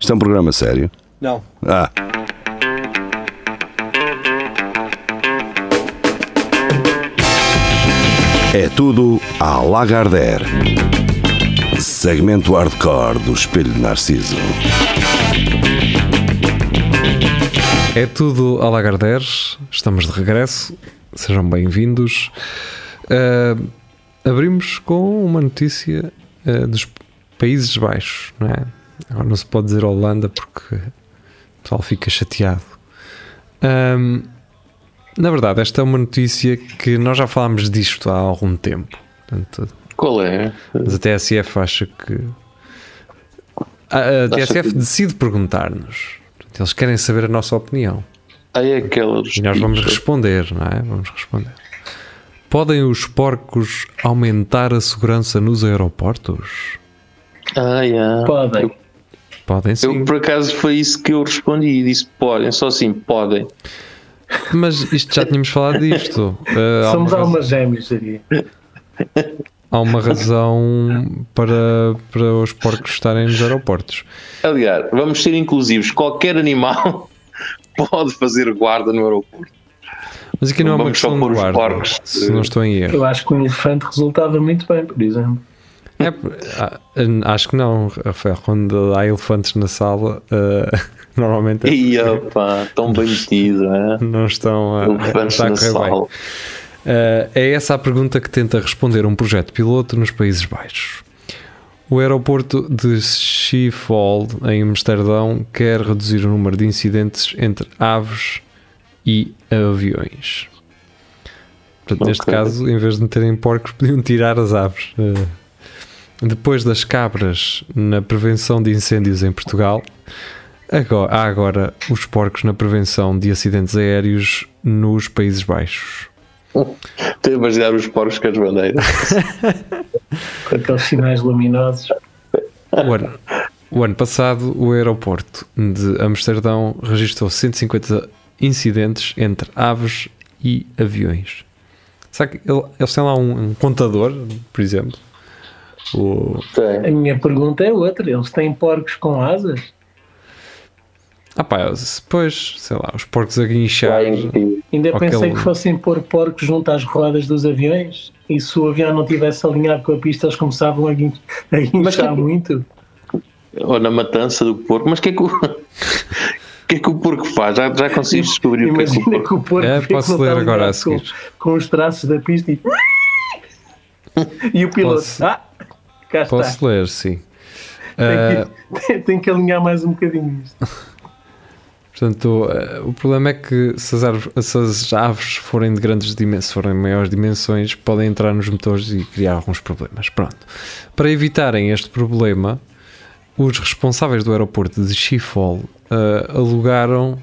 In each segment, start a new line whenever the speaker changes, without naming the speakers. Isto é um programa sério.
Não.
Ah, é tudo a Lagardère. Segmento hardcore do Espelho de Narciso.
É tudo a Lagardères, estamos de regresso, sejam bem-vindos. Ah, abrimos com uma notícia ah, dos Países Baixos, não é? Agora não se pode dizer Holanda porque o pessoal fica chateado. Ahm, na verdade, esta é uma notícia que nós já falámos disto há algum tempo. Portanto,
Qual é?
mas a TSF acha que. A, a TSF
que-
decide perguntar-nos. Portanto, Eles querem saber a nossa opinião.
Aí é aquela dos
E nós vamos
picos.
responder, não é? Vamos responder. Podem os porcos aumentar a segurança nos aeroportos?
Ah, yeah.
Podem.
Eu,
Podem sim.
eu, por acaso foi isso que eu respondi e disse podem, só assim, podem.
Mas isto já tínhamos falado disto. Uh,
Somos
há, uma raz-
almas gêmeas aqui.
há uma razão para, para os porcos estarem nos aeroportos.
Aliás, vamos ser inclusivos. Qualquer animal pode fazer guarda no aeroporto.
Mas aqui não é uma
Vamos só
questão de
pôr os
guarda,
porcos.
se não estou em erro.
Eu acho que um elefante resultava muito bem, por exemplo.
É, ah, acho que não, Rafael. Quando há elefantes na sala, ah, normalmente é-
E ah, opa, tão bem metido, né?
não estão a, a
Elefantes
estar a
na
correr Ah, tá bem.
sala.
Ah, é essa a pergunta que tenta responder um projeto piloto nos Países Baixos. O aeroporto de Schiphol, em Amsterdão, quer reduzir o número de incidentes entre aves e aviões. Portanto, neste
Ok.
caso, em vez de meterem porcos, podiam tirar as aves. Ah, depois das cabras na prevenção de incêndios em Portugal, agora- há agora os porcos na prevenção de acidentes aéreos nos Países Baixos.
Estou a imaginar os porcos com as bandeiras.
Com aqueles sinais luminosos.
O ano, o ano passado, o aeroporto de Amsterdão registrou 150 incidentes entre aves e aviões. Será que ele- eles têm lá um, um contador, por exemplo? O-
A minha pergunta é outra. Eles têm porcos com asas?
Ah pá, depois, sei lá, os porcos aguinchados.
Ainda
Ou
pensei
aquele-
que fossem pôr porcos junto às rodas dos aviões. E se o avião não tivesse alinhado com a pista, eles começavam a guin- a
é
guinchar muito.
Ou na matança do porco. Mas o que é que o. O que é que o porco faz? Já, já consegues descobrir o que é que o
Imagina
porco
que o porco
É,
fica
posso
não
ler
está
agora
ligado
a seguir.
Com, com os traços da pista e. E o piloto.
Posso-
Ah, cá está.
Posso ler, sim. Ah,
Tem que, tem que alinhar mais um bocadinho isto.
Portanto, eh, o problema é que se as, árv- se as aves forem de grandes dimensões, forem de maiores dimensões, podem entrar nos motores e criar alguns problemas. Pronto. Para evitarem este problema, os responsáveis do aeroporto de Schiphol eh, alugaram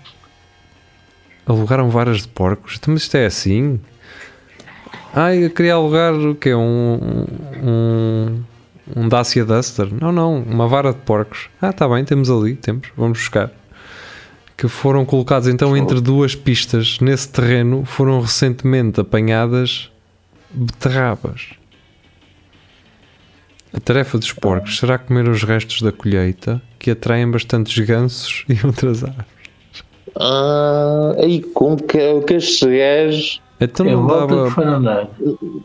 alugaram varas de porcos. Então, Mas isto é assim? Ah, eu queria alugar o quê? Um, um, um Dacia Duster? Não, não, uma vara de porcos. Ah, está bem, temos ali, temos, vamos buscar que foram colocados então entre duas pistas nesse terreno foram recentemente apanhadas beterrabas. A tarefa dos porcos
Ah.
será comer os restos da colheita que atraem bastantes gansos e outras aves.
Ah, aí como que, que chegares?
Então
É a
não
volta que
dava.
foram dar.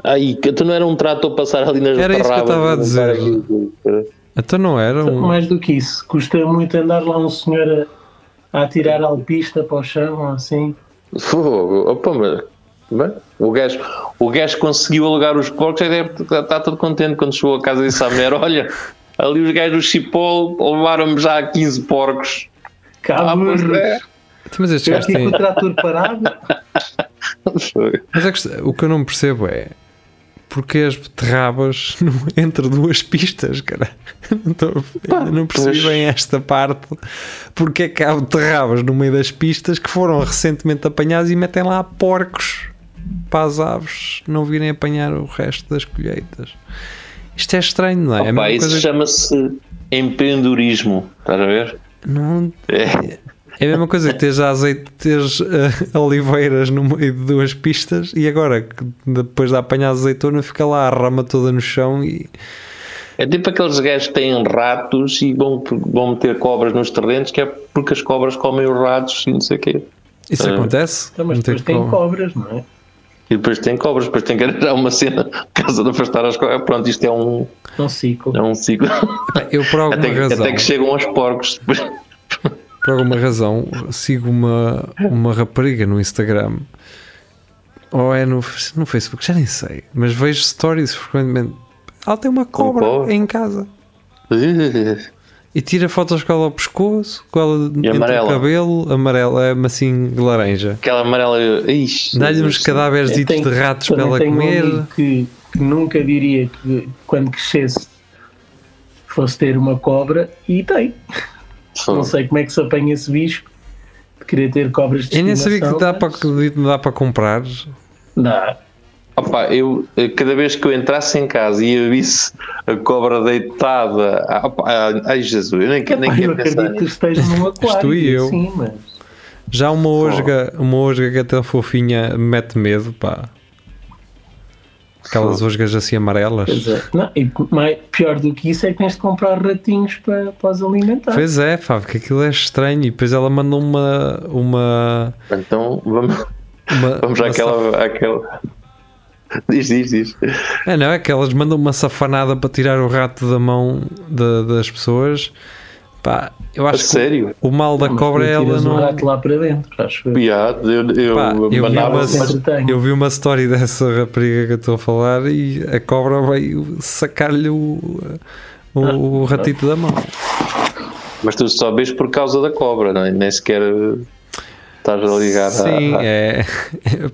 Aí, que tu não era um trato a passar ali nas
Era isso que eu
beterrabas,
estava a
não
dizer.
estava aqui.
Então não era um.
Mais do que isso, custa muito andar lá um senhor a, a atirar alpista para o chão, assim.
Fogo, opa, mas. bem, o gajo, o gajo conseguiu alugar os porcos, já deve estar está todo contente quando chegou a casa e disse à mulher: Olha, ali os gajos do Chipol levaram-me já 15 porcos.
Cá
Ah, pois é.
Então, Mas estes
Eu
gajos
um aqui com
têm.
o trator parado,
Mas é que, o que eu não percebo é. Porque as beterrabas não- entre duas pistas, cara. Não, estou- ainda não percebi
pois.
bem esta parte. Porque é que há beterrabas no meio das pistas que foram recentemente apanhadas e metem lá porcos para as aves não virem apanhar o resto das colheitas. Isto é estranho, não é? É a
Opa,
mesma
isso
coisa que-
chama-se empreendedorismo, estás a ver?
não,
É.
É a mesma coisa que teres azeite, teres eh, oliveiras no meio de duas pistas e agora, que depois de apanhar a azeitona, fica lá a rama toda no chão e
É tipo aqueles gajos que têm ratos e vão, vão meter cobras nos terrenos, que é porque as cobras comem os ratos e não sei o quê.
Isso
Ah.
acontece?
Então, mas
Não tem
depois tem
como.
cobras, não é?
E depois tem cobras, depois tem que arranjar uma cena por causa de afastar as cobras. Pronto, isto é um,
Num ciclo.
é um ciclo.
Pá, Eu, por alguma
Até, que-
razão,
até que chegam aos porcos.
por alguma razão, sigo uma, uma rapariga no Instagram ou é no, no Facebook, já nem sei, mas vejo stories frequentemente. Ela tem uma cobra
cobra.
em casa e tira fotos com ela ao pescoço, com ela entre o
amarela.
cabelo, amarela, é assim, de laranja.
Aquela amarela. Ixi,
Dá-lhe um uns cadáveres
Eu
ditos
tenho-
de ratos para
também
ela
tenho um
comer.
amigo que, que nunca diria que quando crescesse fosse ter uma cobra e tem.
Ah.
Não sei como é que se apanha esse bicho de querer ter cobras de
Eu nem sabia que dá
estimação,
para,
mas
que dá para comprar.
Dá.
Opa, eu, eh, cada vez que eu entrasse em casa e eu visse a cobra deitada. ah, opa, ah, ai Jesus, eu nem, quero- nem
Epá,
quero
eu
pensar.
acredito que esteja num aquário.
Estou e eu.
Sim, mas
Já uma osga, uma osga que é tão fofinha mete medo, pá. Aquelas osgas assim amarelas.
quer dizer, é. não, e mais- pior do que isso é que tens de comprar ratinhos para, para os alimentar.
Pois é, pá, porque aquilo é estranho. E depois ela manda uma. uma,
Então vamos,
uma-
vamos
uma
àquela, àquela. Diz, diz, diz.
saf- É, não, é que elas mandam uma safanada para tirar o rato da mão da- das pessoas. Pá, eu
A
acho que
sério?
o mal da
Mas tu
cobra é ela
tiras o
não.
rato lá para dentro, acho eu.
Piado, eu, eu,
Pá, eu, vi
abanava,
uma,
se
mas-
entretém.
eu vi uma story dessa rapariga que eu estou a falar e a cobra veio sacar-lhe o, o, o
Ah.
ratito da mão.
Mas tu só vês por causa da cobra, não é? nem sequer eh, estás a ligar.
Sim,
a,
é.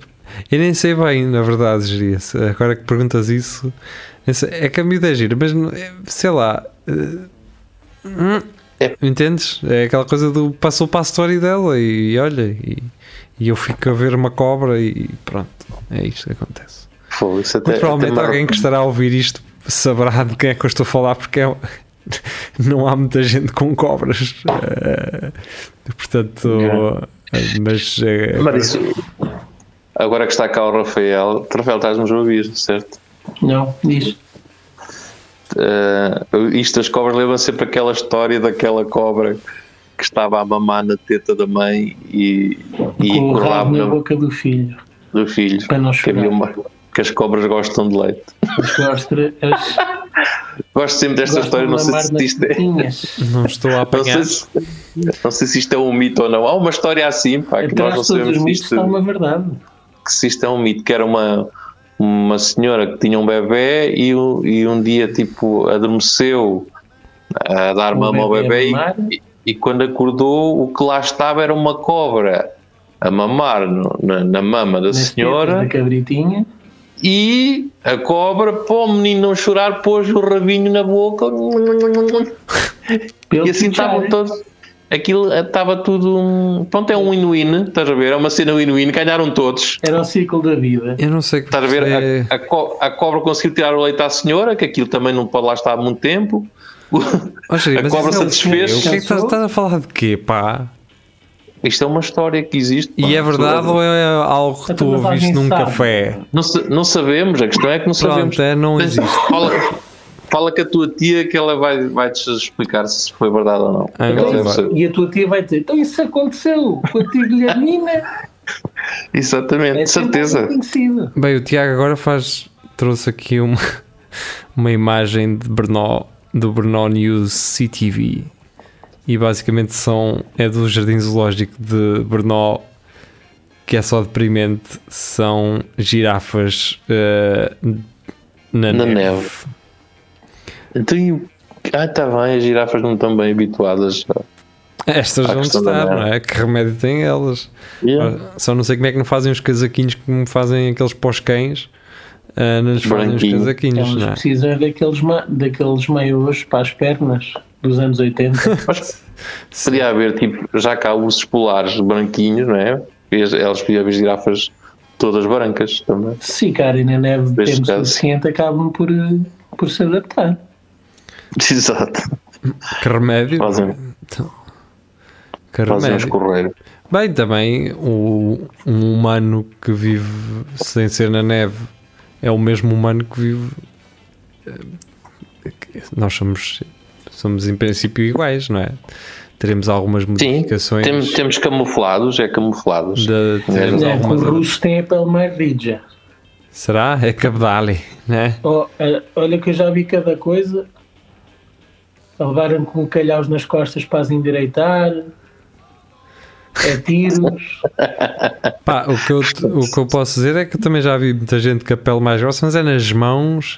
Eu nem sei bem, na verdade, Geria. Agora que perguntas isso, nem sei. é que a miúda é gira, mas não- é, sei lá. eh, hum,
É.
Entendes? É aquela coisa do passou para a story dela e olha, e, e eu fico a ver uma cobra e pronto. É isto que acontece.
Fogo, isso até,
Muito provavelmente
até me
alguém que estará a ouvir isto saberá de quem é que eu estou a falar, porque é- não há muita gente com cobras. Eh, portanto,
É.
eh, mas. eh,
Mas isso- Agora que está cá o Rafael, Rafael, estás-nos a ouvir, certo?
Não, diz.
Eh, isto, as cobras lembram sempre aquela história daquela cobra que estava a mamar na teta da mãe e, e
Com o
curlava
rabo na
no-
boca do filho.
do filho.
Para não
Que, havia
chorar.
uma- que as cobras gostam de leite.
As ostras
Gosto sempre desta
gostam
história,
de
não sei
mamar
se
nas
isto é.
tetinhas.
não estou a
Não
apanhar.
sei, se, não sei se isto é um mito ou não. Há uma história assim, pá, que nós
Atrás
não
de todos
sabemos
os
se
mitos
isto,
está uma verdade.
que se isto é um mito, que era uma, uma senhora que tinha um bebê e, um- e um dia tipo adormeceu a dar
O
mama ao
bebé a
bebê
Um mamar.
e, e quando acordou o que lá estava era uma cobra a mamar no- na, na mama da
Nas
senhora
tetas né? Da cabritinha.
e a cobra, para o menino não chorar, pôs o rabinho na boca
Pelo
e assim
puxar.
estavam todos. Aquilo estava tudo. Um, pronto, é um win-win, estás a ver? É uma cena win-win, ganharam todos.
Era o ciclo da vida.
Eu não sei como
Estás a ver?
é-
A, a co- a cobra conseguiu tirar o leite à senhora, que aquilo também não pode lá estar há muito tempo.
Oh, Geria,
a
mas
cobra
isso é o
se
quê?
desfez.
O que é que estás, estás a falar de quê, pá?
Isto é uma história que existe. pá.
E é verdade ou é algo que
Então,
tu
mas
ouviste
alguém
num
sabe.
café?
Não, sa- não sabemos, a questão é que não sabemos.
Pronto, é, não
Mas
existe.
Fala, fala com a tua tia que ela vai, vai te explicar se foi verdade ou não.
Ah,
Ela
então
deve
vá.
saber.
E a tua tia vai dizer: então isso aconteceu contigo, Guilhermina.
Exatamente,
É
de certeza.
Conhecido.
Bem, o Tiago agora faz. trouxe aqui uma, uma imagem de Brno, do Brno News CTV e basicamente são. é do Jardim Zoológico de Brno que é só deprimente. São girafas eh, na,
Na
neve.
neve. Então, e- ah, está bem, as girafas não estão bem habituadas.
Estas
À
vão
questão da
estar,
neve.
não é? Que remédio têm elas?
Yeah.
Só não sei como é que não fazem os casaquinhos como fazem aqueles pós-cães. eh, não lhes fazem os
Branquinho.
casaquinhos,
Eles
não é?
precisam é daqueles, ma- daqueles maiôs para as pernas dos anos 80.
Mas podia haver, tipo, já cá ursos polares branquinhos, não é? E as- Elas podiam haver girafas todas brancas também.
Se ficarem na neve de
Neste
tempo
caso.
suficiente, acabam por, eh, por se adaptar.
Exato.
Que remédio?
Fazem-
Então, que
Fazem uns
remédio?
correios.
Bem, também o, um humano que vive sem ser na neve é o mesmo humano que vive eh, nós somos, somos em princípio iguais, não é? Teremos algumas
Sim,
modificações.
temos, temos camuflados, é camuflados.
da- teremos
Não,
algumas-
os russos têm a pele mais rija.
Será? É Cabdali, né?
Oh, eh, olha que eu já vi cada coisa. Levaram com calhaus nas costas para as endireitar. A tiros.
Pá, o que, eu, o que eu posso dizer é que eu também já vi muita gente com a pele mais grossa, mas é nas mãos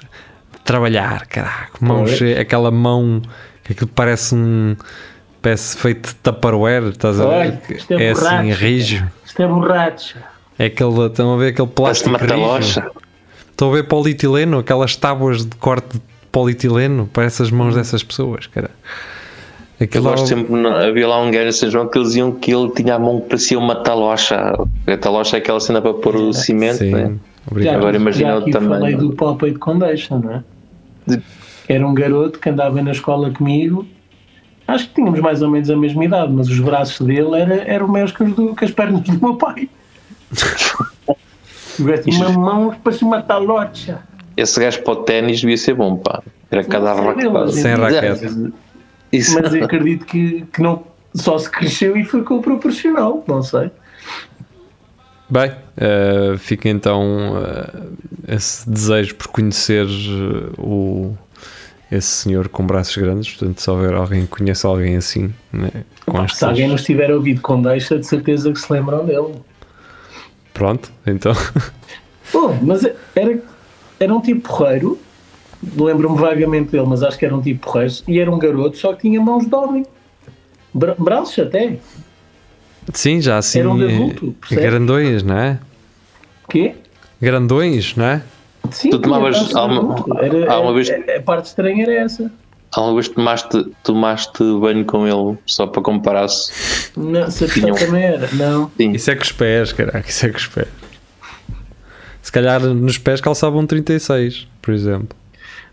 de trabalhar, caraca. Mãos,
Olha.
é aquela mão que aquilo parece um. Parece feito de Tupperware, estás a ver?
Olha, isto é
é assim,
borracha.
rijo.
Isto é borracha.
É aquele, estão a ver aquele
Parece
plástico
uma
rijo.
talocha.
Estão a ver polietileno, aquelas tábuas de corte de polietileno, parece as
Hum.
mãos dessas pessoas, cara.
Eu
Aquilo é
gosto sempre, no- havia lá um gajo em São João que eles diziam que ele tinha a mão que parecia uma talocha. A talocha é aquela cena para pôr o cimento, né?
Sim,
Já,
obrigado.
Agora imagina
já
o
aqui
tamanho.
falei do Popeye de Condeixa, não é?
De-
Que Era um garoto que andava na escola comigo. Acho que tínhamos mais ou menos a mesma idade, mas os braços dele era- eram maiores que, os do- que as pernas do meu pai. Tivesse uma mão, parecia uma talocha.
Esse gajo para o ténis devia ser bom, pá. Era cada
Não sei
raquete.
deles,
Sem
então.
raquete.
Isso.
Mas eu acredito que, que não, só se cresceu e ficou proporcional, não sei.
Bem, eh, fica então eh, esse desejo por conhecer eh, o, esse senhor com braços grandes. Portanto, se houver alguém que conheça alguém assim, né, com
Se
estas.
alguém nos tiver ouvido com deixa, de certeza que se lembram dele.
Pronto, então.
Bom, mas era, era um tipo porreiro, lembro-me vagamente dele, mas acho que era um tipo porreiro, e era um garoto, só que tinha mãos de homem. Bra- braços até.
Sim, já assim.
Era um
eh,
adulto, percebes?
grandões, não é?
Quê?
Grandões, não é?
Sim,
Tu tomavas
tinha braços de
alguma-
adulto. Era-
alguma
era-
vez-
a- a parte estranha era essa.
Alguma vez tomaste, tomaste banho com ele só para comparar-se?
Não, se
Tinha um-
também era. Não.
Isso é com os pés, caraca, isso é com os pés. Se calhar nos pés calçavam 36, por exemplo.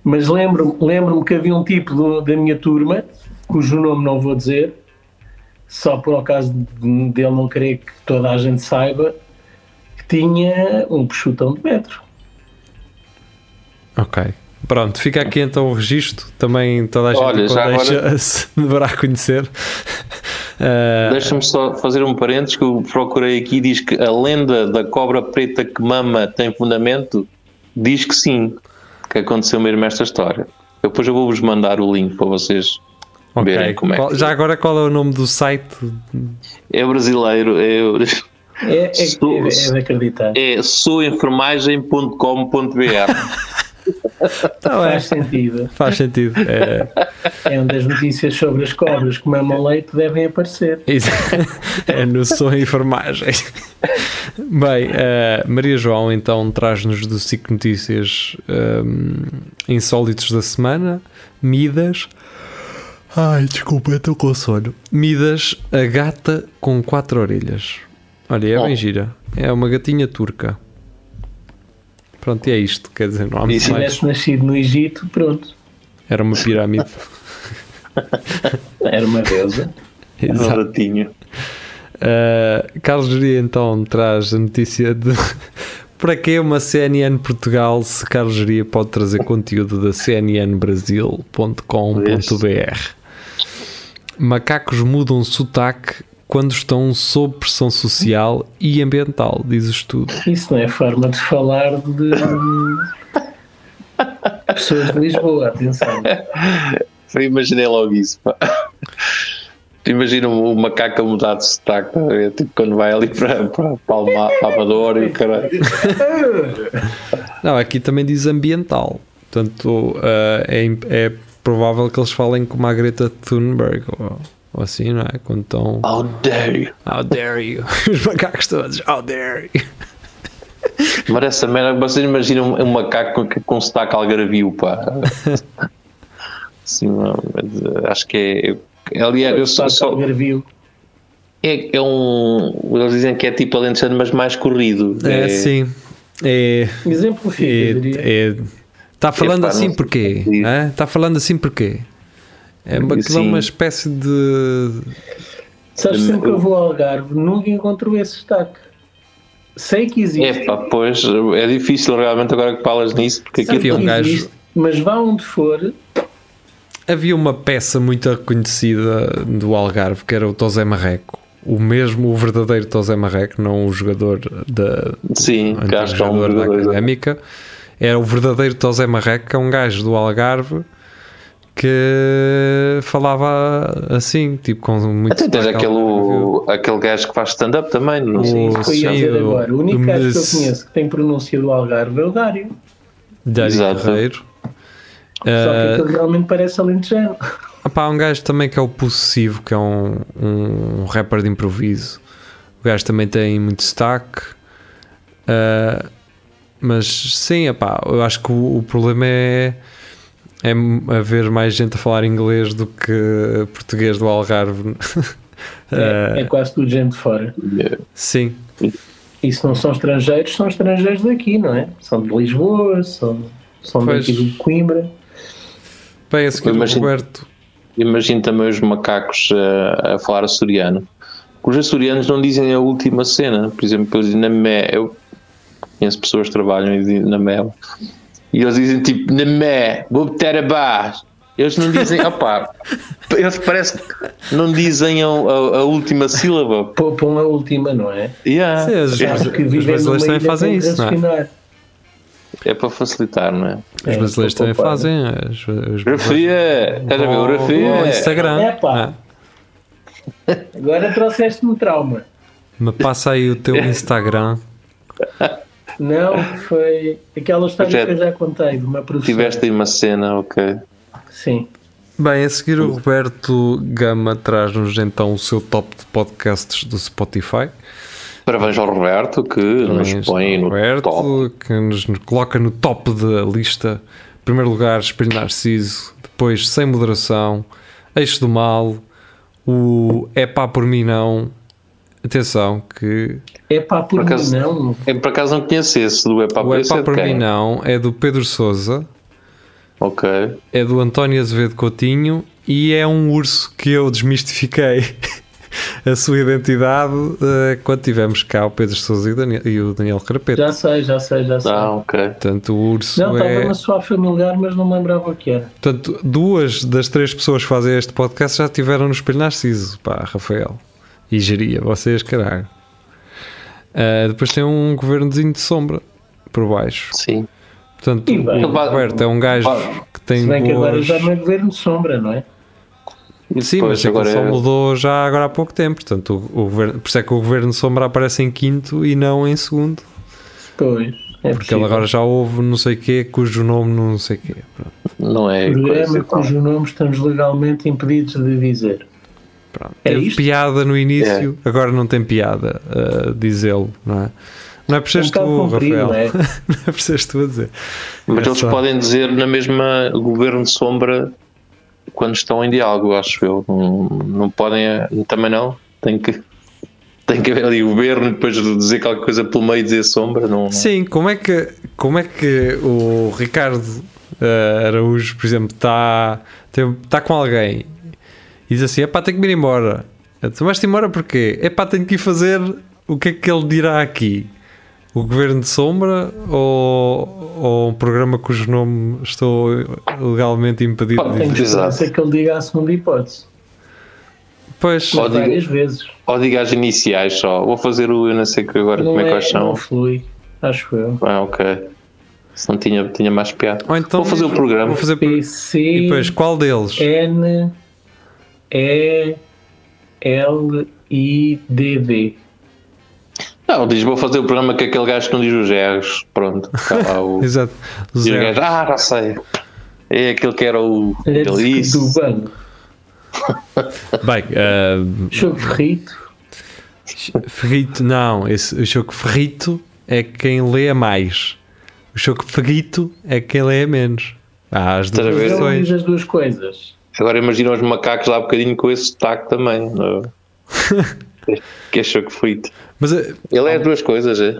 Mas lembro-me lembro que havia um tipo do- da minha turma, cujo nome não vou dizer, só por acaso de- dele não querer que toda a gente saiba, que tinha um puxutão de metro.
Ok. Pronto, fica aqui então o registro. Também toda a gente
Olha,
que
já
deixa
agora-
se deverá conhecer. Eh,
Deixa-me só fazer um parênteses que eu procurei aqui diz que a lenda da cobra preta que mama tem fundamento? Diz que sim, que aconteceu mesmo esta história. Depois eu vou-vos mandar o link para vocês
ok.
verem como é.
Qual-
que-
já agora qual é o nome do site?
É brasileiro, é,
É, é, é, é de acreditar.
é souenfermagem.com.br.
Tá bem,
Faz sentido.
faz sentido. É,
É onde as notícias sobre as cobras que mamam leite devem aparecer.
isso- é no som e enfermagem. Bem, eh, Maria João então traz-nos do SIC Notícias eh, Insólitos da Semana, Midas. Ai, desculpa, estou com sono. Midas, a gata com quatro orelhas. Olha, é bem
Oh.
gira. É uma gatinha turca. Pronto, e é isto. Quer dizer, não há
E
muito
Se
mais.
tivesse nascido no Egito, pronto.
Era uma pirâmide.
Era uma deusa.
Um
Exato.
ratinho.
Uh, Carlos Geria então traz a notícia de para que uma CNN Portugal se Carlos Geria pode trazer conteúdo da cnnbrasil.com.br Macacos mudam sotaque quando estão sob pressão social e ambiental, diz o estudo.
Isso não é forma de falar de pessoas de Lisboa, atenção.
Eu Imaginei logo isso, pá. Imagina o macaco a mudar de sotaque, tá a ver? tipo quando vai ali para, para Palma, Palmador e o caralho.
Não, aqui também diz ambiental. Portanto, uh, é, im- é provável que eles falem como a Greta Thunberg ou, ou assim, não é? Quando estão.
How dare you!
How dare you? Os macacos todos. How dare you?
Mas essa merda, vocês imaginam um, um macaco com, com sotaque algarvio, pá. Sim, não, mas, eh, acho que é. Aliás, eu só, só-
Só Algarvio.
é, é um. Eles dizem que é tipo alentejano, mas mais corrido.
É, sim. É.
Exemplo fica, eu diria.
Está falando
Epá, É, não
assim
sei
porquê?
se é isso.
Está falando assim porquê? É uma, aquilo é
Sim.
uma espécie de.
Sabes sempre que eu vou ao Algarve, nunca encontro esse destaque. Sei que existe.
É pá, pois é difícil realmente agora que falas nisso, porque
Sabe
Havia
aquilo
um
que
gajo,
existe? Mas vá onde for,
Havia uma peça muito reconhecida do Algarve que era o Tosé Marreco. O mesmo, o verdadeiro Tosé Marreco, não o jogador da,
Sim, que
antigo
acho que é um
jogador da
verdadeiro.
Académica. Era o verdadeiro Tosé Marreco, que é um gajo do Algarve que falava assim, tipo com muito.
Até Então tens
sotaque
aquele,
algarvio.
aquele gajo que faz stand-up também, não sei.
O-
se
foi
chama.
a dizer
sim, o-
agora. O único
o
gajo que eu
Messi.
conheço que tem pronúncia do Algarve é o Dário.
Dário
Exato.
Carreiro.
Só que
Ah,
aquele realmente parece alentejano.
Pá, há um gajo também que é o Possessivo, que é um, um rapper de improviso. O gajo também tem muito destaque. Ah, mas sim, epá, eu acho que o, o problema é, é m- haver mais gente a falar inglês do que português do Algarve. Ah,
É, é quase tudo gente de fora.
Sim,
E se não são estrangeiros, são estrangeiros daqui, não é? São de Lisboa, são, são
Pois.
daqui de Coimbra.
bem, a seguir
Eu
o
imagino-
Roberto.
Imagino também os macacos eh, a, falar açoriano. Os açorianos não dizem a última cena. Por exemplo, eles dizem na mé. Eu conheço pessoas que trabalham e dizem na mé. E eles dizem tipo, na mé, vou meter abaixo. Eles não dizem, opá, eles parece que não dizem a, a- a última sílaba.
Poupam a última, não é?
Yeah.
Sim, os,
É-
Acho que
os
vivem numa
brasileiros também
ilha
fazem
para
isso, não é?
raciocinar.
é para facilitar, não é?
Os
É,
brasileiros
para
também
poupar,
fazem. Os, os
Grafia! Estás a ver? o
Vão ao
Grafia!
Instagram.
Epá.
não é?
Agora trouxeste-me trauma.
Me passa aí o
É.
teu Instagram.
Não, foi aquela história
Projeto.
que eu já contei de uma professora.
Tiveste aí uma cena, ok.
Sim.
Bem, a seguir o Roberto Gama traz-nos então o seu top de podcasts do Spotify.
Parabéns ao Roberto que nos
Parabéns
põe
ao
no
Roberto,
top.
que nos coloca no top da lista. Em primeiro lugar, Espelho Narciso, depois Sem Moderação, Eixo do Mal, o É Pá Por Mim Não. Atenção, que
É pá, por,
Por acaso-
mim não.
Eu por acaso não conheço esse do Epá
o
por
É
esse
Pá
é de
Por Mim
quem?
Não é do Pedro Souza,
Ok.
é do António Azevedo Coutinho e é um urso que eu desmistifiquei a sua identidade eh, quando tivemos cá o Pedro Sousa e, o Daniel- e o Daniel Carapeta.
Já sei, já sei, já sei.
Ah, ok.
Portanto, o urso
não, tá estava
é.
na sua familiar, mas não me lembrava o que era.
Portanto, duas das três pessoas que fazem este podcast já tiveram no Espelho Narciso, pá, Rafael. E geria, vocês, caralho. Ah, depois tem um governozinho de sombra por baixo.
Sim.
Portanto,
E bem.
o Roberto é um gajo
Vá.
que tem
Se bem que agora
boas...
já não é governo de sombra, não é?
E
Sim,
depois
mas agora
agora
só
é-
mudou já agora há pouco tempo. Portanto, o, o governo, por isso é que o governo de sombra aparece em quinto e não em segundo.
Pois. É
Porque ele
possível.
agora já houve não sei quê, cujo nome não sei quê. Pronto.
não é coisa.
Programa
e tal.
cujo nome estamos legalmente impedidos de dizer.
pronto.
É
Teve
isto?
piada no início, agora não tem piada ah, dizê-lo, não é? Não é por seres
um bocado
tu,
comprido,
Rafael.
não é?
Não é por seres tu a dizer.
Mas
É
eles
só-
podem dizer na mesma governo de sombra quando estão em diálogo, acho eu. Não, não podem, eh, também não. Tem que, tem que haver ali governo e depois dizer qualquer coisa pelo meio e dizer sombra. Não,
Sim, como é que, como é que o Ricardo eh, Araújo, por exemplo, está tá com alguém e diz assim: epá, tenho que me ir embora. Eu, Tu vais-te embora porquê? Epá, tenho que ir fazer o que é que ele dirá aqui? O Governo de Sombra ou, ou um programa cujo nome estou legalmente impedido de
Tenho
dizer?
Exato.
esperança que ele diga a segunda hipótese.
Pois,
Ou diga-
Várias vezes.
Ou diga as iniciais só. Vou fazer o eu não sei que agora,
Não
como é que
é,
elas são.
não flui, acho eu.
Ah, ok. Se não tinha, tinha mais piada.
ou então
vou fazer o programa. É
Vou fazer-
PC,
e depois, qual deles?
N, E, L, I, D, D.
Não, diz, vou fazer o programa que aquele gajo que não diz os erros. Pronto, está lá o. diz
Exato.
o
Zero.
gajo, ah, já sei. É aquele que era o.
Let's
Ele
do
disse.
banco.
Bem, eh,
Jogo ferrito.
Ferrito, não, esse, o choco ferrito é quem lê a mais. O choco ferrito é quem lê a menos. Há as duas
Outra vez.
Ele
versões.
diz Então, as duas coisas.
Agora imagina os macacos lá um bocadinho com esse sotaque também. não é? que achou que foi.
Mas, eh,
Ele é as duas coisas, é?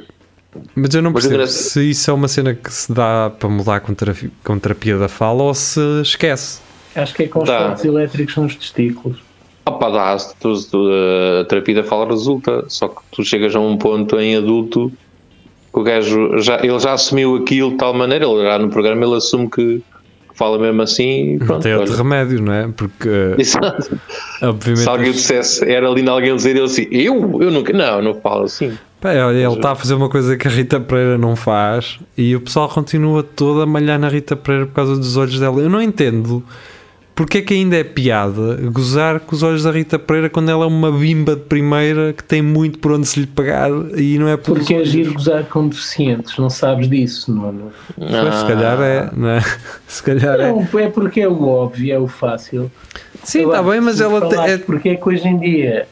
mas eu não
Mas
percebo
engraç-
se isso é uma cena que se dá para mudar com, terapia- com terapia da fala ou se esquece.
Acho que é com os
Dá.
choques elétricos nos testículos.
Opa, dá, tu, tu, eh, a terapia da fala resulta, só que tu chegas a um ponto em adulto que o gajo já, ele já assumiu aquilo de tal maneira, ele já no programa ele assume que que fala mesmo assim. e
Não
Pronto,
tem outro
olha.
remédio, não é? Porque, eh,
Exato.
obviamente.
Se alguém dissesse, era lindo alguém dizer ele assim, eu? Eu nunca. Não, não falo assim.
Pá, olha, ele está a fazer uma coisa que a Rita Pereira não faz e o pessoal continua todo a malhar na Rita Pereira por causa dos olhos dela. Eu não entendo porque é que ainda é piada gozar com os olhos da Rita Pereira quando ela é uma bimba de primeira que tem muito por onde se lhe pagar e não é por
Porque é giro gozar com deficientes, não sabes disso, Nuno.
Pois, se calhar é, não é? Se calhar é.
Não, é porque é o óbvio, é o fácil.
Sim,
tá
está bem, mas ela te- é-
Porque é que hoje em dia.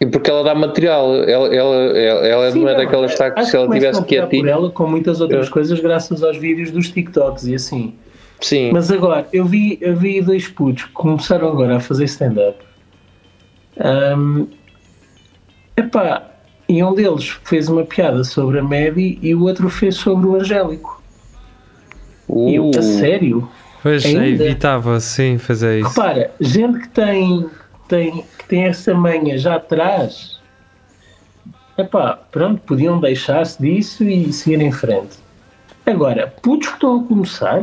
E porque ela dá material, ela, ela, ela, ela
Sim,
não é
não,
daquelas que está- que
acho
se ela
que
tivesse
começam a optar por
quietinha.
ela com muitas outras
É.
coisas, graças aos vídeos dos TikToks e assim.
Sim.
Mas agora, eu vi, eu vi dois putos que começaram agora a fazer stand-up. Ahm, epá, e um deles fez uma piada sobre a Maddie e o outro fez sobre o Angélico. E eu, a
Uh,
sério?
Pois,
Ainda?
evitava, sim, fazer isso.
Repara, gente que tem, que tem, que tem essa manha já atrás, epá, pronto, podiam deixar-se disso e seguir em frente. Agora, putos que estão a começar,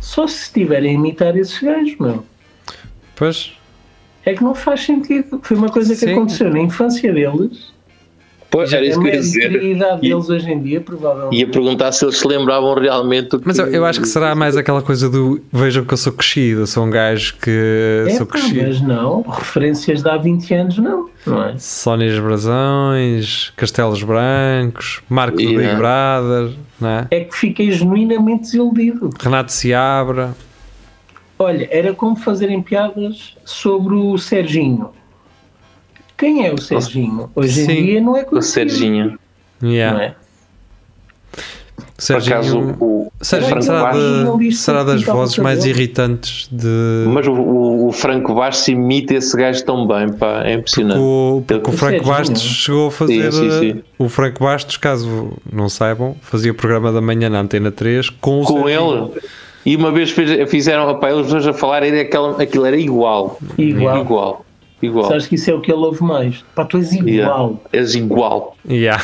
só se estiverem a imitar esses gajos, meu.
Pois,
É que não faz sentido. Foi uma coisa que
Sim.
aconteceu na infância deles.
Pois, era isso
a
que eu ia
média de
dizer.
idade
E-
deles hoje em dia, provavelmente.
Ia perguntar se eles se lembravam realmente do que.
Mas eu, eu acho que será mais aquela coisa do vejam que eu sou crescido, eu sou um gajo que
É,
sou
pá,
crescido.
mas não, referências de há 20 anos não, não é?
Sónias Brasões, Castelos Brancos, Marco do Big
Yeah.
Brother, não é?
É que fiquei genuinamente desiludido.
Renato Seabra.
Olha, era como fazerem piadas sobre o Serginho. Quem é o Serginho? Hoje
Sim.
em dia não é
O
conhecido.
Serginho.
Yeah.
Não é?
Por acaso,
Serginho,
o,
Serginho
Franco
será,
Bastos-
de-
jornalista
será
que
das
pintava o
vozes mais
cabelo.
irritantes de.
Mas o, o- o Franco Bastos imita esse gajo tão bem, pá, é impressionante.
O, porque o
Eu-
Franco
Serginho. é?
Bastos chegou a fazer. eh,
Sim, sim, sim.
O Franco Bastos, caso não saibam, fazia o programa da manhã na Antena 3 com o
Com
Serginho.
ele. E uma vez fez- fizeram, opá, eles dois a falar, era aquela, aquilo era igual.
Igual.
Igual. Igual.
Sabes que isso é o que ele ouve mais. Pá, tu és igual.
Yeah. És igual.
Yeah.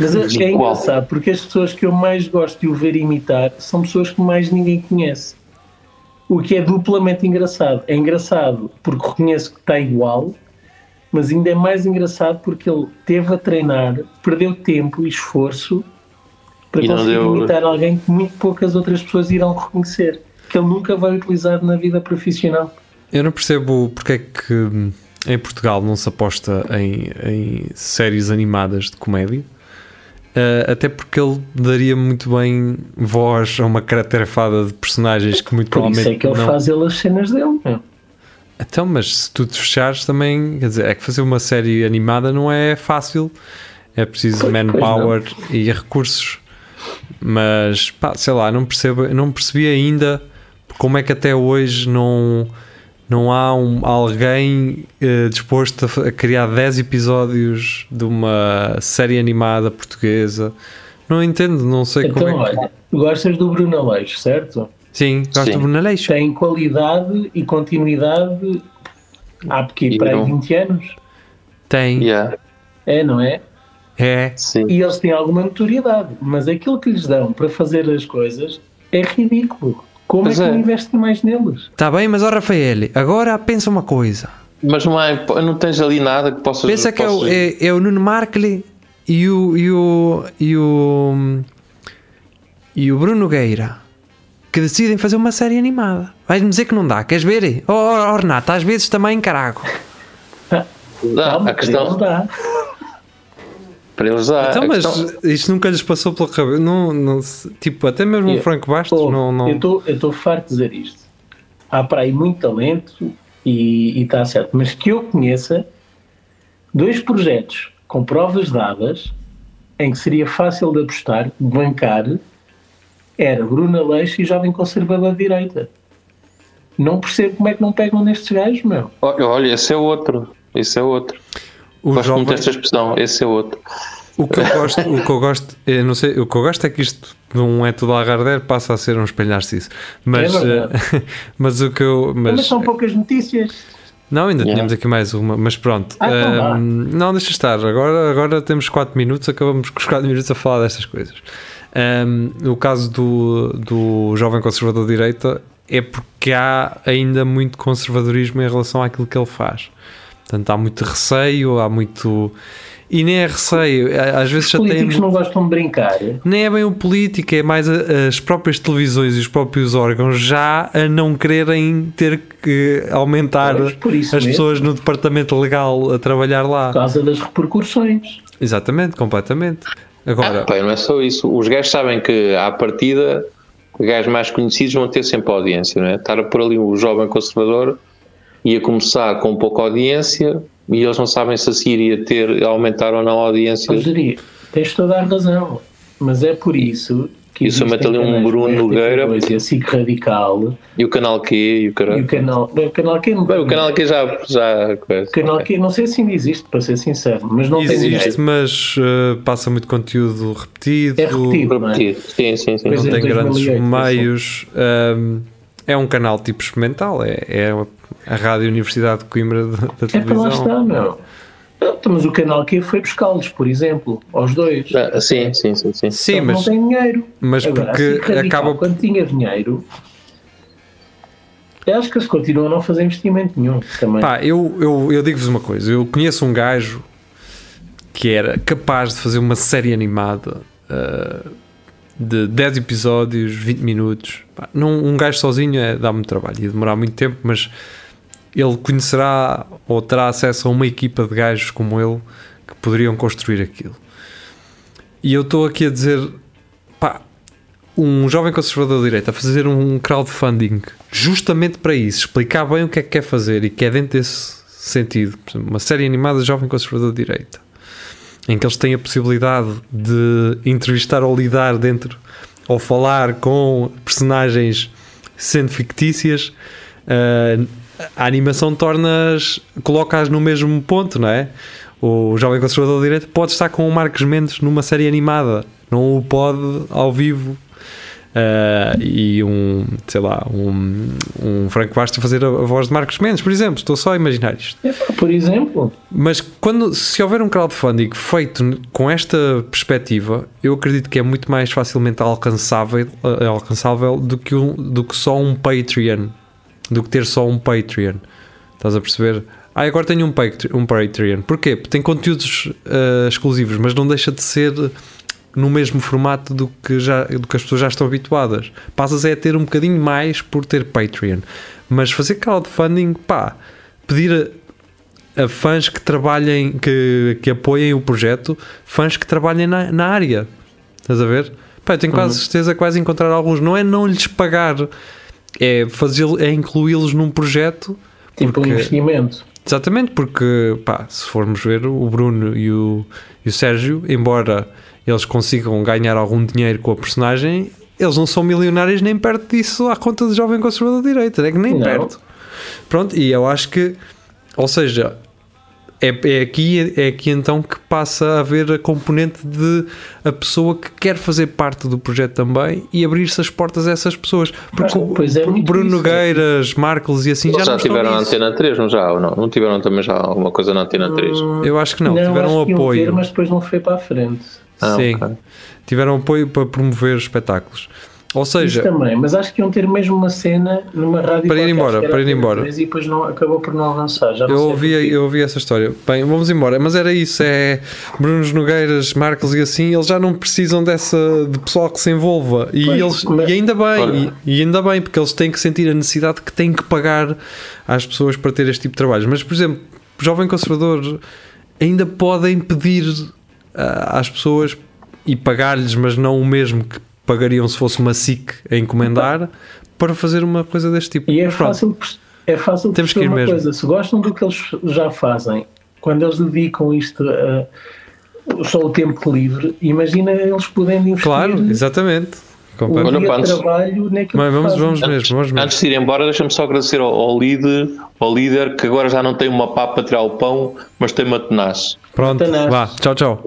Mas é, é
Igual.
engraçado, porque as pessoas que eu mais gosto de o ver imitar são pessoas que mais ninguém conhece. O que é duplamente engraçado. É engraçado porque reconheço que está igual, mas ainda é mais engraçado porque ele teve a treinar, perdeu tempo e esforço para
E não
conseguir
deu-
imitar alguém que muito poucas outras pessoas irão reconhecer, que ele nunca vai utilizar na vida profissional.
Eu não percebo porque é que hum, em Portugal não se aposta em, em séries animadas de comédia. Uh, até porque ele daria muito bem voz a uma caracterfada de personagens que muito
Por isso
provavelmente
é que ele
não. É.
faz ele as cenas dele. meu.
Então, mas se tu te fechares também, quer dizer, é que fazer uma série animada não é fácil, é preciso
Pois,
manpower e recursos. Mas pá, sei lá, não percebo, eu não percebi ainda como é que até hoje não não há um- alguém eh, disposto a, fa- a criar 10 episódios de uma série animada portuguesa. Não entendo, não sei
Então,
como é que.
olha, gostas do Bruno Aleixo, certo?
Sim, gosto
Sim.
do Bruno Aleixo.
tem qualidade e continuidade há porque
E
para aí
não-
20 anos.
Tem,
Yeah.
É, não é?
é.
Sim.
E eles têm alguma notoriedade, mas aquilo que lhes dão para fazer as coisas é ridículo. Como
Pois
é que
é.
não investem mais neles?
Está Tá bem, mas ó Rafael, agora pensa uma coisa.
Mas não, há, não tens ali nada que possas.
Pensa que é o,
possas-
é, é o Nuno Markle e o, e o. e o. e o Bruno Gueira que decidem fazer uma série animada. Vais-me dizer que não dá, queres ver? Oh, oh, oh, Renato, às vezes também carago.
Dá,
Calma,
a questão.
eles dá.
Para eles
Ah,
dá.
então,
a
mas
questão-
isto nunca lhes passou pela cabeça. Não, não se- tipo, até mesmo o
Yeah.
Franco Bastos
Pô,
não. não...
Eu estou farto de dizer isto. Há para aí muito talento e está certo. Mas que eu conheça dois projetos com provas dadas em que seria fácil de apostar, de bancar, era Bruna Leixo e Jovem Conservador de Direita. Não percebo como é que não pegam nestes gajos, meu.
Olha, olha, esse é outro. Esse é outro.
o
Gosto muito
jovem-
desta expressão. Esse é outro.
O que eu gosto, o que eu gosto, eu não sei, o que eu gosto é que isto não é tudo a Garder, passa a ser um espelhar-se isso. Mas,
É verdade.
eh, mas o que eu.
Mas,
Mas,
são poucas notícias.
não, ainda
Yeah.
tínhamos aqui mais uma, mas pronto.
Ah, então vá.
Ahm, não, deixa estar. Agora, agora temos 4 minutos, acabamos com os 4 minutos a falar destas coisas. Um, no caso do, do jovem conservador de direita, é porque há ainda muito conservadorismo em relação àquilo que ele faz. Portanto, há muito receio, há muito. E nem é receio, a- às vezes
Os
já tem.
políticos não gostam de brincar.
Nem é bem o político, é mais a- as próprias televisões e os próprios órgãos já a não quererem ter que aumentar
Pois, por
as
isso mesmo.
pessoas no departamento legal a trabalhar lá.
Por causa das repercussões.
Exatamente, completamente.
Ah,
Agora,
pá, não é só isso. Os gajos sabem que à partida os gajos mais conhecidos vão ter sempre audiência, não é? Estar a pôr ali o jovem conservador ia começar com pouca audiência e eles não sabem se a seguir ia ter aumentar ou não a audiência.
Eu diria, tens toda a razão. Mas é por isso que.
Isso
existem
mete ali um
canais como
Bruno Nogueira.
RTP2 E a SIC Radical.
E o canal Q e o
E
caralho.
o canal. Bem, o canal que
É.
é
Bem, o canal Q já. já
O canal que não é? sei se ainda existe, para ser sincero, mas não tem dinheiro.
existe, mas eh, passa muito conteúdo repetido.
É repetido.
Repetido. Sim, sim, sim.
Pois
não
é,
tem grandes
2008,
meios. Ahm, é um canal tipo experimental, é, é a Rádio Universidade de Coimbra da, da
É para lá
televisão.
está, não. Não, então, Mas o canal que é foi buscá-los, por exemplo, aos dois.
Ah, Sim, sim, sim,
Sim,
sim.
Só que Então, Não
mas,
tem dinheiro.
mas
Agora,
porque
assim, radical,
acaba por.
Quando tinha dinheiro, eu acho que eles continuam a não fazer investimento nenhum também.
Pá, eu, eu, eu digo-vos uma coisa: eu conheço um gajo que era capaz de fazer uma série animada ah, de 10 episódios, 20 minutos. Pá, não, um gajo sozinho é, dá muito trabalho e demorar muito tempo, mas ele conhecerá ou terá acesso a uma equipa de gajos como ele que poderiam construir aquilo. E eu estou aqui a dizer: pá, um jovem conservador de direita a fazer um crowdfunding justamente para isso, explicar bem o que é que quer fazer e que é dentro desse sentido, por exemplo, uma série animada de jovem conservador de direita, em que eles têm a possibilidade de entrevistar ou lidar dentro ou falar com personagens sendo fictícias, ah, a animação torna-as, coloca-as no mesmo ponto, não é? O jovem conservador de direita pode estar com o Marcos Mendes numa série animada, não o pode ao vivo Uh, e um, sei lá, um, um Franco Bastos a fazer a, a voz de Marcos Mendes, por exemplo. Estou só a imaginar isto.
É pá, Por exemplo,
Mas quando, se houver um crowdfunding feito n- com esta perspectiva, eu acredito que é muito mais facilmente alcançável, eh, alcançável do, que um, do que só um Patreon. Do que ter só um Patreon. Estás a perceber? Ah, agora tenho um, Patre- um Patreon. Porquê? Porque tem conteúdos eh, exclusivos, mas não deixa de ser no mesmo formato do que, já, do que as pessoas já estão habituadas. Passas é a ter um bocadinho mais por ter Patreon. Mas fazer crowdfunding, pá, pedir a, a fãs que trabalhem, que, que apoiem o projeto, fãs que trabalhem na, na área. Estás a ver? Pá, eu tenho quase
Uhum.
certeza que vais encontrar alguns. Não é não lhes pagar, é, fazê-lo- é incluí-los num projeto.
tipo um
porque-
investimento.
Exatamente, porque pá, se formos ver, o Bruno e o, e o Sérgio, embora eles consigam ganhar algum dinheiro com a personagem, eles não são milionários nem perto disso à conta do jovem conservador de direita, é que nem
Não.
perto. Pronto, e eu acho que, ou seja, é, é, aqui, é aqui então que passa a haver a componente de a pessoa que quer fazer parte do projeto também e abrir-se as portas a essas pessoas. Porque
Ah, pois é,
o
muito
Bruno
isso.
Nogueiras, Marcos e assim
Eles
já,
já
não estão
tiveram na
nisso.
antena 3, não já? Ou não? Não tiveram também já alguma coisa na antena 3?
Hum,
Eu acho que não, tiveram
acho
um
que iam
apoio.
ter, mas depois não foi para a frente.
Ah,
Sim,
ok.
tiveram apoio para promover espetáculos. Ou
Isso
seja,
também, mas acho que iam ter mesmo uma cena numa rádio
Para ir
qualquer,
embora,
acho que era
para ir
a primeira
embora.
vez, E depois não, acabou por não avançar. Já não
eu
sei
ouvi,
porquê.
eu ouvi essa história. Bem, vamos embora. Mas era isso: é Brunos Nogueiras, Marcos e assim, eles já não precisam dessa de pessoal que se envolva. E,
Pois,
eles,
mas-
e ainda bem,
Olha.
e, e ainda bem, porque eles têm que sentir a necessidade que têm que pagar às pessoas para ter este tipo de trabalhos. Mas, por exemplo, jovem conservador ainda podem pedir ah, às pessoas e pagar-lhes, mas não o mesmo que pagariam se fosse uma SIC a encomendar, para fazer uma coisa deste tipo.
E é
Mas pronto.
fácil, é fácil
Temos que
perceber
ir
uma
mesmo.
coisa. Se gostam do que eles já fazem, quando eles dedicam isto a só o tempo livre, imagina eles podendo investir
Claro, exatamente.
é? o
Completamente.
Olha,
dia
pá,
de
antes-
trabalho naquilo
Mas
que
vamos,
fazem.
vamos mesmo, vamos mesmo.
Antes de ir embora, deixa-me só agradecer ao, ao líder, ao líder que agora já não tem uma pá para tirar o pão, mas tem uma tenaz.
Pronto,
Satanás.
vá, tchau, tchau.